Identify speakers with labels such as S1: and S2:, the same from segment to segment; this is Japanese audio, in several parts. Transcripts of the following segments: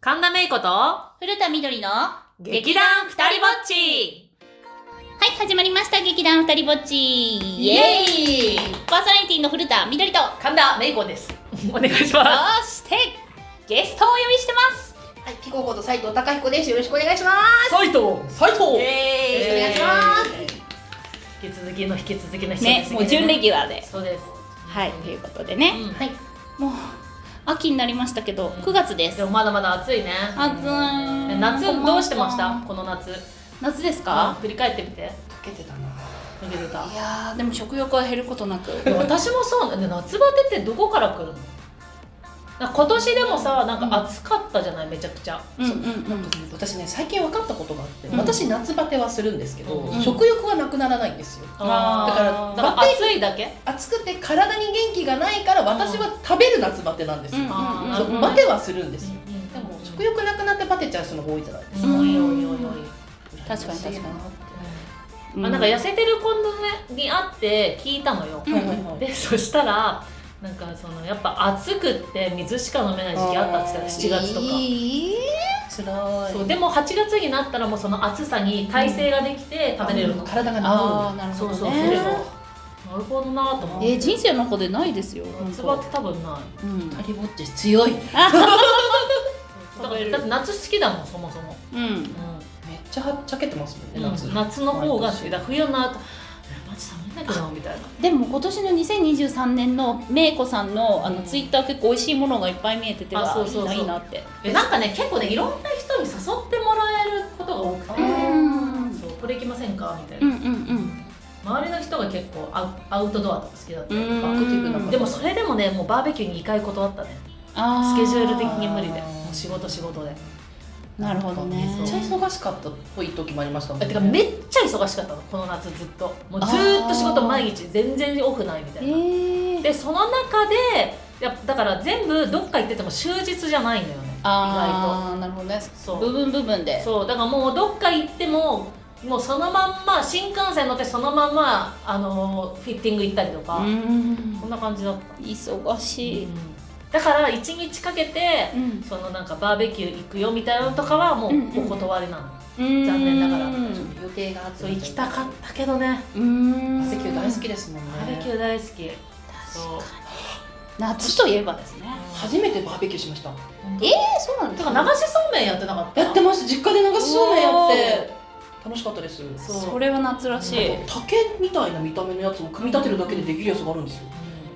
S1: 神田芽衣子と
S2: 古田みどりのは
S1: 劇団ふたりぼっち
S2: い始まりました劇団ふたりぼっちイエーイ
S1: イエ
S2: パーソナリティの古田みどりとそ
S1: 神田芽衣子です お願いしま
S2: してゲストをお呼びしてます
S3: はい、ピコこと斉藤孝彦です。よろしくお願いします。
S1: す斉藤斉藤
S3: イ
S1: エ
S3: よろしくお願いし
S1: 引き続きの引き続きの引き続きの
S2: ねもう準レギュラーで
S1: そうです
S2: はいということでね、
S1: うん
S3: はい、
S2: もう秋になりましたけど9月です
S1: でもまだまだ暑いね
S2: 暑い
S1: 夏どうしてましたこの夏
S2: 夏です
S1: あ
S2: か
S1: 振り返ってみて
S3: 溶けてたな。
S1: 逃げてた
S2: いやーでも食欲は減ることなく
S1: でも私もそうね夏バテってどこから来るのなんか今年でもさなんか暑かったじゃないめちゃくちゃ
S2: うんうん
S3: なんかね私ね、最近分かったことがあって、
S1: うん
S3: 私夏バテはするんですけど、
S1: うん
S3: 食欲はなくならないんですよ。
S1: あー
S3: だから
S1: だから
S3: バテ
S1: 暑いだけ
S3: 暑くて体に元気がないから、私は食べる夏バテなんです
S1: う
S3: よ。
S1: ん
S3: そう
S1: うんうん
S3: バテはするんですよ。
S1: で
S3: でも食欲なくなってバテちゃう人の方が多いじゃないですか。
S1: うんおいおいおいおい
S2: 確かに確かにうん
S1: あなんか痩せてる子に会って聞いたのよ、
S2: うん
S3: はいはいはい。
S1: でそしたらなんかそのやっぱ暑くって水しか飲めない時期あったって言ってた7月とか、
S3: つらい。
S1: そうでも8月になったらもうその暑さに耐性ができて食べれるの、
S3: 体が
S2: あ
S3: 治
S2: あなる
S1: そ
S2: ほ
S1: うそうそうそう
S2: どね
S1: なるほどなと思っ
S2: え
S1: て
S2: ー人生の中でないですよ本
S1: 夏
S2: 当
S1: 場って多分ない
S2: うん
S3: る。タリぼっち強い。めっ
S1: だからだって夏好きだもんそもそも、
S2: うん
S3: ちゃはっちゃけてますもん
S1: うん
S3: ね、夏。
S1: 夏の方が好きだ冬の後えマジ寒いんだけどみたいな
S2: でも今年の2023年のめいこさんのあの
S1: うん
S2: ツイッター結構美味しいものがいっぱい見えてて
S1: あ
S2: わあ
S1: そうそうそう
S2: いいないいなって
S1: えなんかね結構ねいろんな人に誘ってもらえることが多くて、
S2: うん
S1: そうこれ行きませんかみたいうな、
S2: んうん
S1: 周りの人が結構アウアウトドアとか好きだったりと
S2: う
S1: か
S2: ん
S1: でもそれでもねもうバーベキューに2回断ったね
S2: あ
S1: スケジュール的
S2: に
S1: に無理で
S3: あー
S1: もう仕事仕事で
S2: なるほどね
S3: めっちゃ忙しかったっぽい時もありましたもん
S1: えてかめっちゃ忙しかったのこの夏ずっともうずーっと仕事毎日全然オフないみた
S2: え
S1: いな、
S2: ー
S1: でその中でやっぱだから全部どっか行ってても終日じゃないのよね意
S2: ああなるほどね
S1: そう
S2: 部分部分で
S1: そうだからもうどっか行ってももうそのまんま新幹線乗ってそのまんまあのフィッティング行ったりとか、
S2: うん
S1: こんな感じだった、
S2: 忙しい
S1: うんだから1日かけて
S2: うん
S1: そのなんかバーベキュー行くよみたいなのとかはもう
S2: うんうん
S1: お断りなの、残
S2: 残
S1: 念ながら
S2: うん
S3: 予定があって
S1: そう行きたかったけどね
S2: うん
S3: バーベキュー大好きですもんね
S1: バーベキュー大好き、そう
S2: 夏といえばですね
S3: 初めてバーベキューしました
S1: え
S2: えーそうなんで
S1: だ
S2: す
S1: から流しそうめんやってなかった
S3: やってました実家で流しそうめんやって楽しかったです
S1: そ
S2: それは夏らしい
S3: なんか竹みたいな見た目のやつを組み立てるだけでできるやつがあるんですよ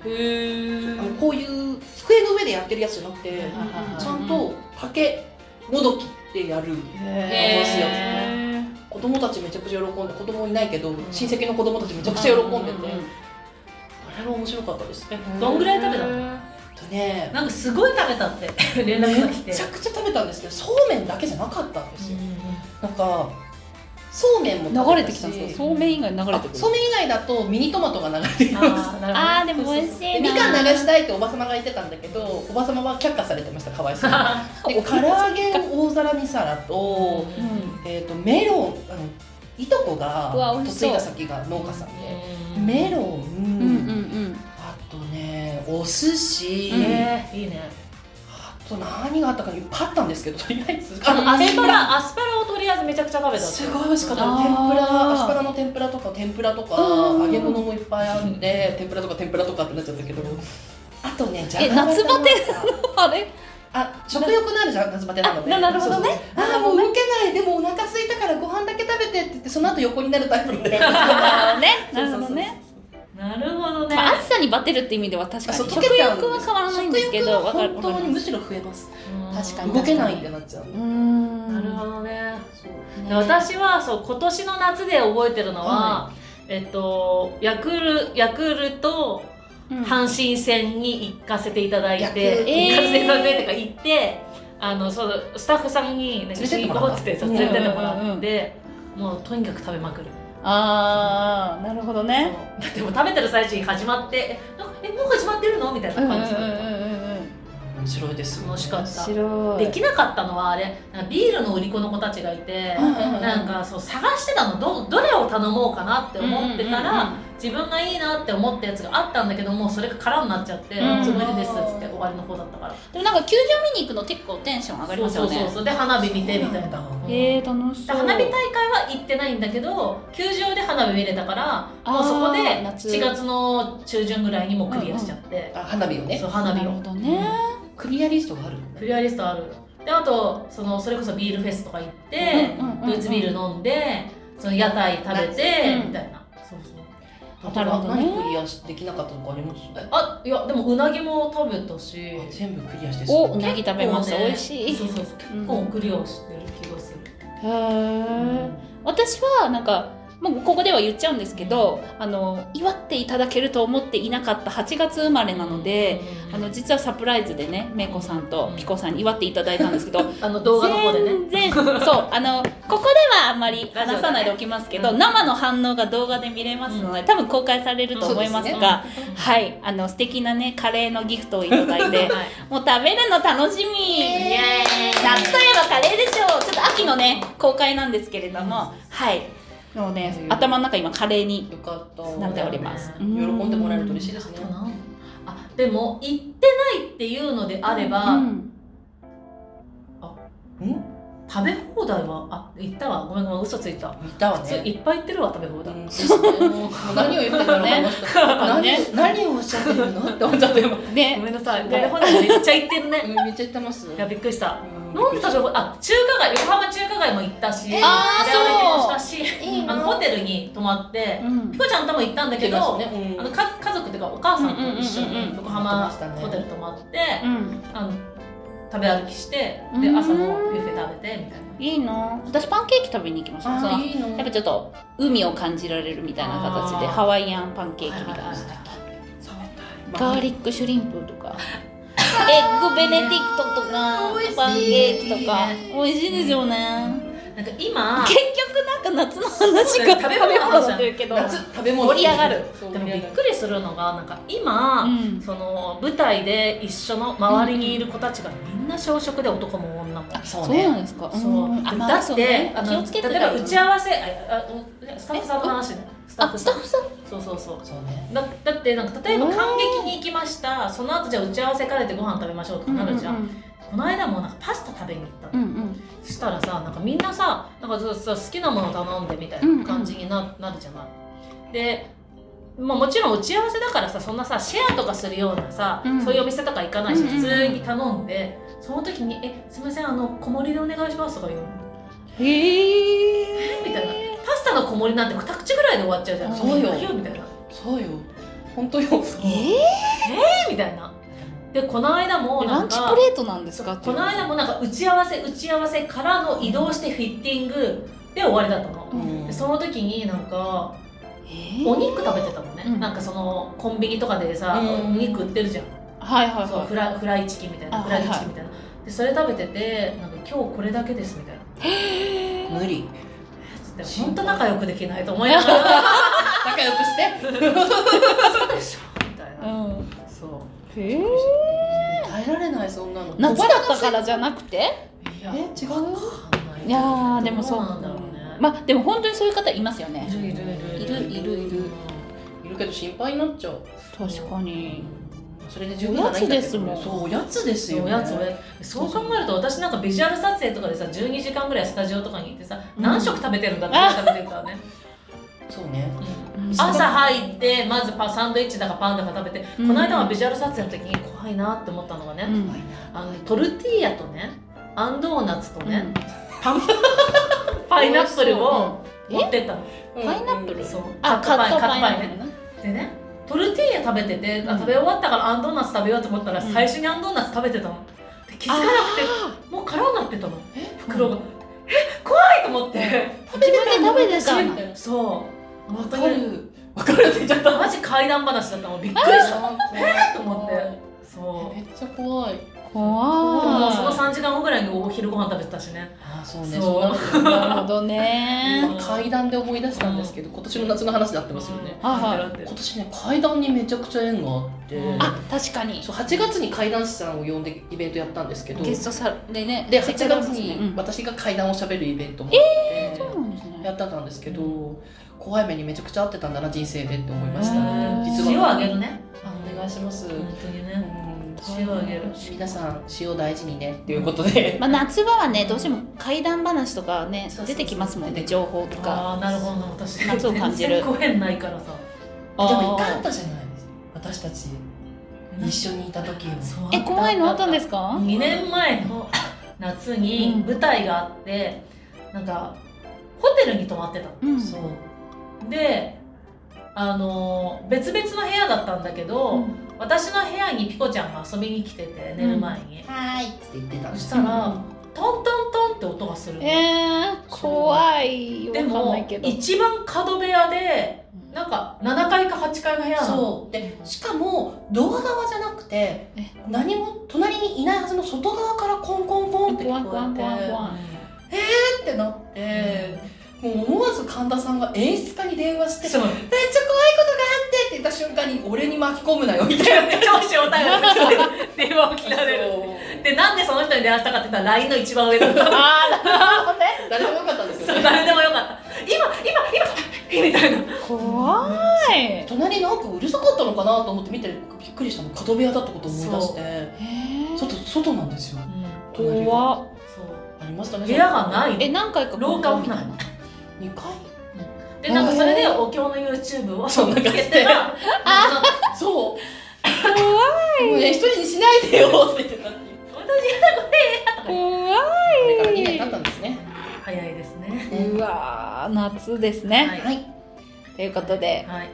S3: あのこういう机の上でやってるやつじゃなくて
S1: うん
S3: ちゃんと竹もどきでやる
S1: へ
S3: え
S2: へ
S3: ー
S2: ー
S3: 子供たちめちゃくちゃ喜んで子供いないけど
S1: ん
S3: 親戚の子供たちめちゃくちゃ喜んで
S1: うん
S3: てあれは面白かったですえ
S1: えどんぐらい食べたの
S3: っとね
S1: なんかすごい食べたって連絡が来て
S3: めちゃくちゃ食べたんですけどそうめんだけじゃなかったんですよなんかそうめんも食べ
S2: 流れてきたんですかそうめん以外に流れ
S3: あ
S2: てくる
S3: そうめん以外だとミニトマトが流れてきました
S1: あーなるほど
S2: あーでも美味し
S3: で
S2: い
S3: み
S2: な
S3: かん流したいっておばさまが言ってたんだけどおばさまは却下されてましたかわいそうに で唐揚げ大皿2皿と,、
S2: うん
S3: えー、とメロンあのいとこ
S2: うわ
S3: が
S2: 美味しそ
S3: 嫁
S2: う
S3: いだ先が農家さんで、
S1: うん
S3: メ
S2: うんう
S3: ロン、
S2: んうん
S3: あとねお寿司、
S2: うん
S1: えーいいね
S3: あと何があったかいっぱいあったんですけど とりあえず
S1: あのアス
S3: 天
S1: パ
S3: ぷら
S1: ラアスパラをとりあえずめちゃくちゃ食べた
S3: すごい美味しかった
S2: あー
S3: 天ぷらアスパラの天ぷらとか天ぷらとか
S2: うん
S3: 揚げ物もいっぱいあって天ぷらとか天ぷらとかってなっちゃったけどあとねじゃがいも
S2: 夏バテ
S3: とか
S2: あれ
S3: あ食欲のあるじゃん夏バテなので
S2: あなるほどね
S3: そうそうあーもう動けないでもお腹空いたからご飯だけ食べてって言ってその後横になるタイプのね
S2: ね なるほどね
S1: なるほどね
S2: まあ暑さにバテるって意味では確かに
S3: あそう
S2: 食
S3: 溶けちゃうん
S2: 欲は変わらないんですけ
S3: 食
S2: ど
S3: 欲
S2: わ
S3: は
S2: かる
S3: 本当にむ
S2: わ
S3: しろ増えます
S1: うん
S2: 確かに
S3: 動けないってなっちゃう
S2: かりますうーん
S1: なるほどね
S3: そう
S1: で私はそう今年の夏で覚えてるのは、えっとヤクルヤクルと
S2: うん
S1: 阪神戦に行かせていただい
S3: ヤクルト
S1: て、行かせていただいてとか
S2: え
S1: 行ってあのそうスタッフさんになんか
S3: 連れてってもら
S1: 行
S3: っ
S1: こう
S3: た
S1: っつってそう
S2: うん
S1: 連れてってもらって、
S2: うんうん
S1: もうとにかく食べまくる、
S2: ああなるほどね
S1: そうだってもう食べてる最中に始まって「えあえもう始まってるの?」みたいな感じ、
S2: うんうんうんうんうん
S3: 面白いですよね
S1: 楽しかった
S2: 白
S1: できなかったのはあれなんかビールの売り子の子たちがいて、
S3: うんうんうん
S1: なんかそう探してたのどどれを頼もうかなって思ってたら、自分がいいなって思ったやつがあったんだけどもうそれが空になっちゃって「
S4: うん
S1: つむりです」っつって終わりの方だったから
S4: でもなんか球場見に行くの結構テンション上がり
S1: そう
S4: ます
S1: そ
S4: よ
S1: う
S4: ね
S1: そうそうで花火見てみたいな、うん
S2: えー、楽し
S1: で
S2: そう
S1: 花火大会は行ってないんだけど球場で花火見れたからもうそこで
S2: あー夏
S1: 4月の中旬ぐらいにもうクリアしちゃって、
S3: あ花火をね
S1: そう花
S2: な
S1: 火
S2: る
S1: を
S2: ほどね
S3: クリアリストがある
S1: クリアリストあるであとそのそれこそビールフェスとか行って、
S2: うんうんうんうん
S1: ドイツビール飲んでその屋台食べて、
S4: うん
S1: みたいなそうそう
S2: なるほどね
S3: 何クリアしできなかったのかあります
S1: あいやでもうなぎも食べたし
S3: あ全部クリアして
S2: おう
S3: ね
S2: なぎ食べまし
S1: 結
S2: た
S1: 構
S2: 美味しい
S1: そうそうそう結構クリアをしてる気がする、
S2: へえ私はなんかもうここでは言っちゃうんですけどあの祝っていただけると思っていなかった8月生まれなので、あの実はサプライズでねめいこさんとピコさんに祝っていただいたんですけど
S1: あの 動画の方でね
S2: 全然そうあのここではあんまり話さないでおきますけど、
S1: ラジオ
S2: 生の反応が動画で見れますので、多分公開されると思いますが、はいあの素敵なねカレーのギフトをいただい て
S1: はい
S2: もう食べるの楽しみ、
S1: エーイ
S2: 夏といえばカレーでしょうちょっと秋のね公開なんですけれども、はいもうね、
S3: うん
S2: 頭の中今カレーに
S3: よかった
S2: なっております、
S1: う
S2: う
S3: 喜んでもらえると嬉しい
S2: で
S3: ですね
S1: かなあでも行ってないっていうのであれば、
S3: うん
S1: 食べ放題はあ行ったわごめんごめん嘘ついた
S3: 見たわ
S1: 普通
S3: ね
S1: いっぱい行ってるわ食べ放題、
S3: うんそうですね
S1: もう
S3: 何を言ってるのか
S2: ね
S3: ね
S2: ね
S3: 何何をおっしゃってるのって思っちゃった今
S1: ご
S2: ね
S1: めんなさい食
S2: で
S1: べ放題めっちゃ行ってるね
S3: めっちゃ言ってます
S1: いやびっくりした
S3: 飲
S1: なんで食べ放題あ中華街横浜中華街も行ったし、
S3: えー
S2: あー
S1: ジャワ焼きもした
S3: いい
S1: し
S3: な
S1: あのホテルに泊まって
S2: うん
S1: ピコちゃんとも行ったんだけど、
S3: ね
S1: あのか家族というかお母さんと一緒
S2: うんうんうんう
S1: に
S2: ん
S1: 横浜
S3: 泊まってましたね
S1: ホテル泊まって、
S2: うん
S1: あの食べ歩きして
S2: う
S1: で
S2: ん
S1: 朝もビュッフェ食べてみたいない
S2: いな私パンケーキ食べに行きましたそ
S3: あ
S2: の
S3: ーいいの
S2: やっぱちょっと海を感じられるみたいな形で
S1: あー
S2: ハワイアンパンケーキみたいなガーリックシュリンプとか エッグベネディクトとか
S3: 美味しい
S2: パンケーキとか
S1: いい
S2: 美味しいですよね
S1: なんか今
S2: 結局なんか夏の話が
S1: そうだよ食べ物の話
S2: 食べってるけど
S3: 夏食べ物
S2: 盛り上がる
S3: そう
S1: でも
S3: 盛
S1: び
S3: り
S1: っ
S3: 上がる
S1: くりするのがなんか今、
S2: うん
S1: その舞台で一緒の周りにいる子たちがみんな小食で男も女も。
S3: そう
S2: そうな
S3: ね
S2: んですか
S1: そう
S2: うんあまあ
S1: だっ
S2: そう
S1: て
S2: ね
S1: あの
S2: 気をつけて
S1: 例えば打ち
S2: 合わ
S1: 合わせあああスタッフさんの話ねスタッ
S2: あ
S1: フ
S2: ス
S1: さ
S2: タ
S1: ん
S2: ッフさん
S1: そうそうそう
S3: そうね
S1: だだってなんか例えば感激に行きましたその後じゃあ打ち合わせ兼ねてご飯食べましょうとかなるじゃん、この間もなんかパスタ食べに行ったの
S2: うんうん
S1: そしたらさなんかみんなさなんかそうそう好きなもの頼んでみたいな感じにな,、なるじゃない。で、まあ、もちろん打ち合わせだからさそんなさシェアとかするようなさ、
S2: うん
S1: そういうお店とか行かないし
S2: うんうんうん
S1: 普通に頼んで、その時に「えすいませんあの小盛りでお願いします」とか言うの
S2: へえ
S1: みたいなパスタの小盛りなんて2口ぐらいで終わっちゃうじゃん
S3: そうよ
S1: みたいな
S3: そうよ本当よ
S2: え
S1: えみたいなでこの間も
S2: ラ
S1: なん
S2: ン
S1: か
S2: チプレートなんですか
S1: この間もなんか打ち合わせ打ち合わせからの移動してフィッティングで終わりだったの、
S3: うん
S1: でその時になんか
S2: えー
S1: お肉食べてたもんね、
S2: うん
S1: なんかそのコンビニとかでさ、
S3: うん
S1: お肉売ってるじゃん、
S2: はいはい
S1: そう
S2: は
S1: フラフライチキンみたいな
S2: あ
S1: フライド
S2: は
S1: チ
S2: いはい
S1: キンみたいな、でそれ食べててなんか今日これだけですみたいな
S3: 無理
S1: つって本当仲良くできないと思いなが ら
S3: 仲良くして
S1: そうでしょみたい
S2: い
S1: な、
S2: うん
S1: そう
S2: へえ
S3: 耐えられないそんなの
S2: 夏だったからじゃなくて
S1: いや
S3: え違う
S1: わかんない
S2: いやーでもそう
S1: どなんだろうね、
S2: まあでも本当にそういう方いますよね
S1: いるいるいる
S2: いるいるいる
S3: いるけど心配になっちゃう
S2: 確かに
S3: それで十分じゃないんだ
S2: おや
S3: けどね
S2: つですもん
S3: そうおやつですよ
S1: そう
S3: ね
S1: おやつおやつそう考えると私なんかビジュアル撮影とかでさ12時間ぐらいスタジオとかに行ってさ、
S2: うん
S1: 何食食べてるんだって食べてるから ね、
S3: そうね
S1: うん
S2: あ
S1: 朝入ってまずパサンドイッチだかパンだか食べて、
S2: うん
S1: この間はビジュアル撮影の時に怖いなって思ったのがね、
S2: うん
S1: あのトルティーヤとねアンドーナツと
S2: ね
S1: ね、パイナップルを
S2: 美味しそううん
S1: 持ってったの、
S2: パイナップル
S1: そう
S2: あカッ
S1: カット
S2: トパイ
S1: パ
S2: ナ
S1: イ
S2: ッ
S1: ね
S2: プ
S1: で
S2: ルね
S1: ねトルティーヤ食べてて、あ
S2: うん
S1: 食べ終わったからアンドーナツ食べようと思ったら、
S2: うん
S1: 最初にアンドーナツ食べてたので気づかなくてもう空になってたの袋が、え怖いと思って
S2: 自分で食べてたの
S1: そう
S3: わ
S1: 本当
S3: か
S1: に
S3: るわかるって言っちゃった
S1: マジ怪談話だったのびっくりした
S3: え
S1: と思ってそう
S3: めっちゃ怖い
S1: もうその
S2: あ
S1: 3時間後ぐらいにお昼ご飯食べてたしね
S3: ああそうね
S1: そう
S3: そうなんだよ
S2: あなるほどね
S3: 今階段で思い出したんですけど今年の夏の話であってますよね
S2: はいはい
S1: なってなって
S3: 今年ね階段にめちゃくちゃ縁があって
S1: うん
S2: あ確かに
S3: そう8月に階段師さんを呼んでイベントやったんですけど
S2: ゲストさでね
S3: で8月
S2: うん
S3: に
S2: うん
S3: 私が階段をしゃべるイベントもあって
S2: そうなんですね
S3: やってたんですけど、怖い目にめちゃくちゃ合ってたんだな人生でって思いました
S2: う
S3: ね
S2: ん
S3: 実
S1: 塩
S3: は
S1: あげるね
S3: あお願いします、うん
S1: 本当にね塩あげる
S3: 皆さん塩大事にねっていうことで、
S2: まあ、夏場はねどうしても怪談話とかね
S3: そうそうそ
S2: 出
S3: う
S2: てきますもんね情報とか
S1: ああなるほどな私
S2: 夏を感じる
S1: 全然ご縁ないからさ
S3: でもいた
S2: あ
S3: んだじゃないですか私たち一緒にいた時も
S1: そう
S2: ーえ怖いのあったんですか
S1: 2年前の夏に舞台があって、なんかホテルに泊まってたの
S2: うん
S1: そうであの別々の部屋だったんだけど、
S2: うん
S1: 私の部屋にピコちゃんが遊びに来てて寝る前に、
S3: はーいって言ってたんで
S1: そし
S3: す
S1: たらトントントンって音がするの
S2: えー、怖いよ
S1: で
S2: わか
S1: も
S2: んないけど
S1: 一番角部屋でなんか7階か8階の部屋なの
S3: そうでしかもドア側じゃなくて
S2: え
S3: 何も隣にいないはずの外側からコンコンコンって
S2: 怖い
S3: 聞こ
S2: 怖い怖い怖い
S3: えてってなって、もう思わず神田さんが演出家に電話して「
S1: そう
S3: めっちゃ怖いことがあって」って言った瞬間に「俺に巻き込むなよ」みたいな
S1: 上司を頼りに 電話を切られる
S3: そう
S1: でなんでその人に電話したかって言ったら LINE の一番上だ った
S2: あー
S3: 誰でもよかったんですよ
S1: そう
S3: ね
S1: 誰でもよかった今今今み たいな
S2: 怖いえ
S3: 隣なんかうるさかったのかなと思って見てびっくりしたの角部屋だったこと思い出して
S2: ー
S3: 外外なんですよ隣が
S2: 怖っ
S1: そう
S3: ありましたね
S1: 部屋がない
S2: え何回か
S1: 廊下起きない
S3: 2階
S1: でなんかそれでお経の YouTube を
S3: そんな
S1: つ
S3: 感じで
S1: けてらなんか
S3: そう
S2: 怖
S3: もうね一人にしないでよって言ってたっていう
S2: 怖
S3: あれから2年経ったんですね
S1: 早いですね
S2: いうわー夏ですね、
S1: はい
S3: はい
S2: ということで
S1: はい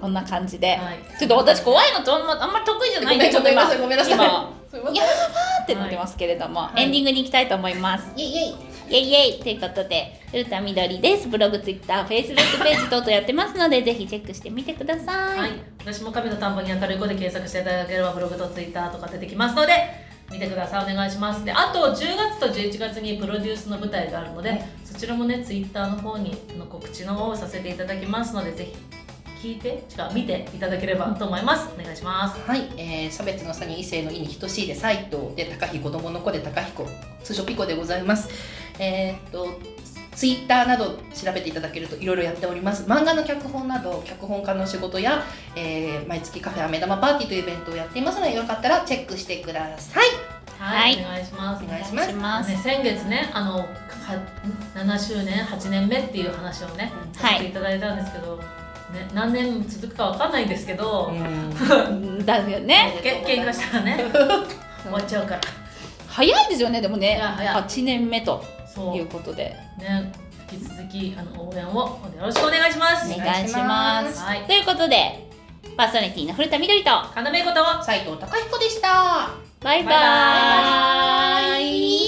S2: こんな感じで、
S1: はい
S2: ちょっと私怖いのとあんまあんまり得意じゃ
S3: ご
S2: ない
S3: め
S2: んで
S3: ん
S2: ち
S3: ちょ
S2: ょっ
S3: っ
S2: と
S3: とごめん
S2: 今
S3: なさいごめんなさい
S2: 今
S3: すいません
S2: いやパーってなってますけれども、
S1: い
S2: エンディングに行きたいと思います
S3: イエイイエ
S4: イ
S3: イ
S2: イェイイェイということで古田みどりですブログツイッターフェイスブックページ等々やってますのでぜひチェックしてみてください、
S1: はい、私も神の田んぼに明るい子で検索していただければブログとツイッターとか出てきますので見てくださいお願いしますであと10月と11月にプロデュースの舞台があるので、そちらもねツイッターの方にの告知の方をさせていただきますのでぜひ聞いて違う見ていただければと思いますお願いします
S3: はい、えー、差別の差に異性の異に等しいで斎藤で高彦子供の子で高彦通称ピコでございますえーっとツイッターなど調べていただけるといろいろやっております漫画の脚本など脚本家の仕事や、えー毎月カフェ飴玉パーティーというイベントをやっていますのでよかったらチェックしてください
S1: はい、
S2: はい
S1: お願いします
S3: お願いします
S2: します
S1: ね、先月ねあのは7周年8年目っていう話をねさせていただいたんですけど、ね、何年続くかわかんないんですけど、
S2: うんだよね
S1: け喧嘩したらね終わっちゃうから
S2: 早いですよねでも
S1: い
S2: ね
S1: や早い
S2: 8年目と
S1: そう
S2: いうことで
S1: ね、引き続きあの応援をよろしくお願いします。
S2: お
S3: ね
S2: 願いします
S1: はい
S2: ということでパーソナリティの古田みどりと
S1: 神田芽衣子と
S3: 斎藤高彦でした
S2: バイバ
S1: バイ
S2: ーイ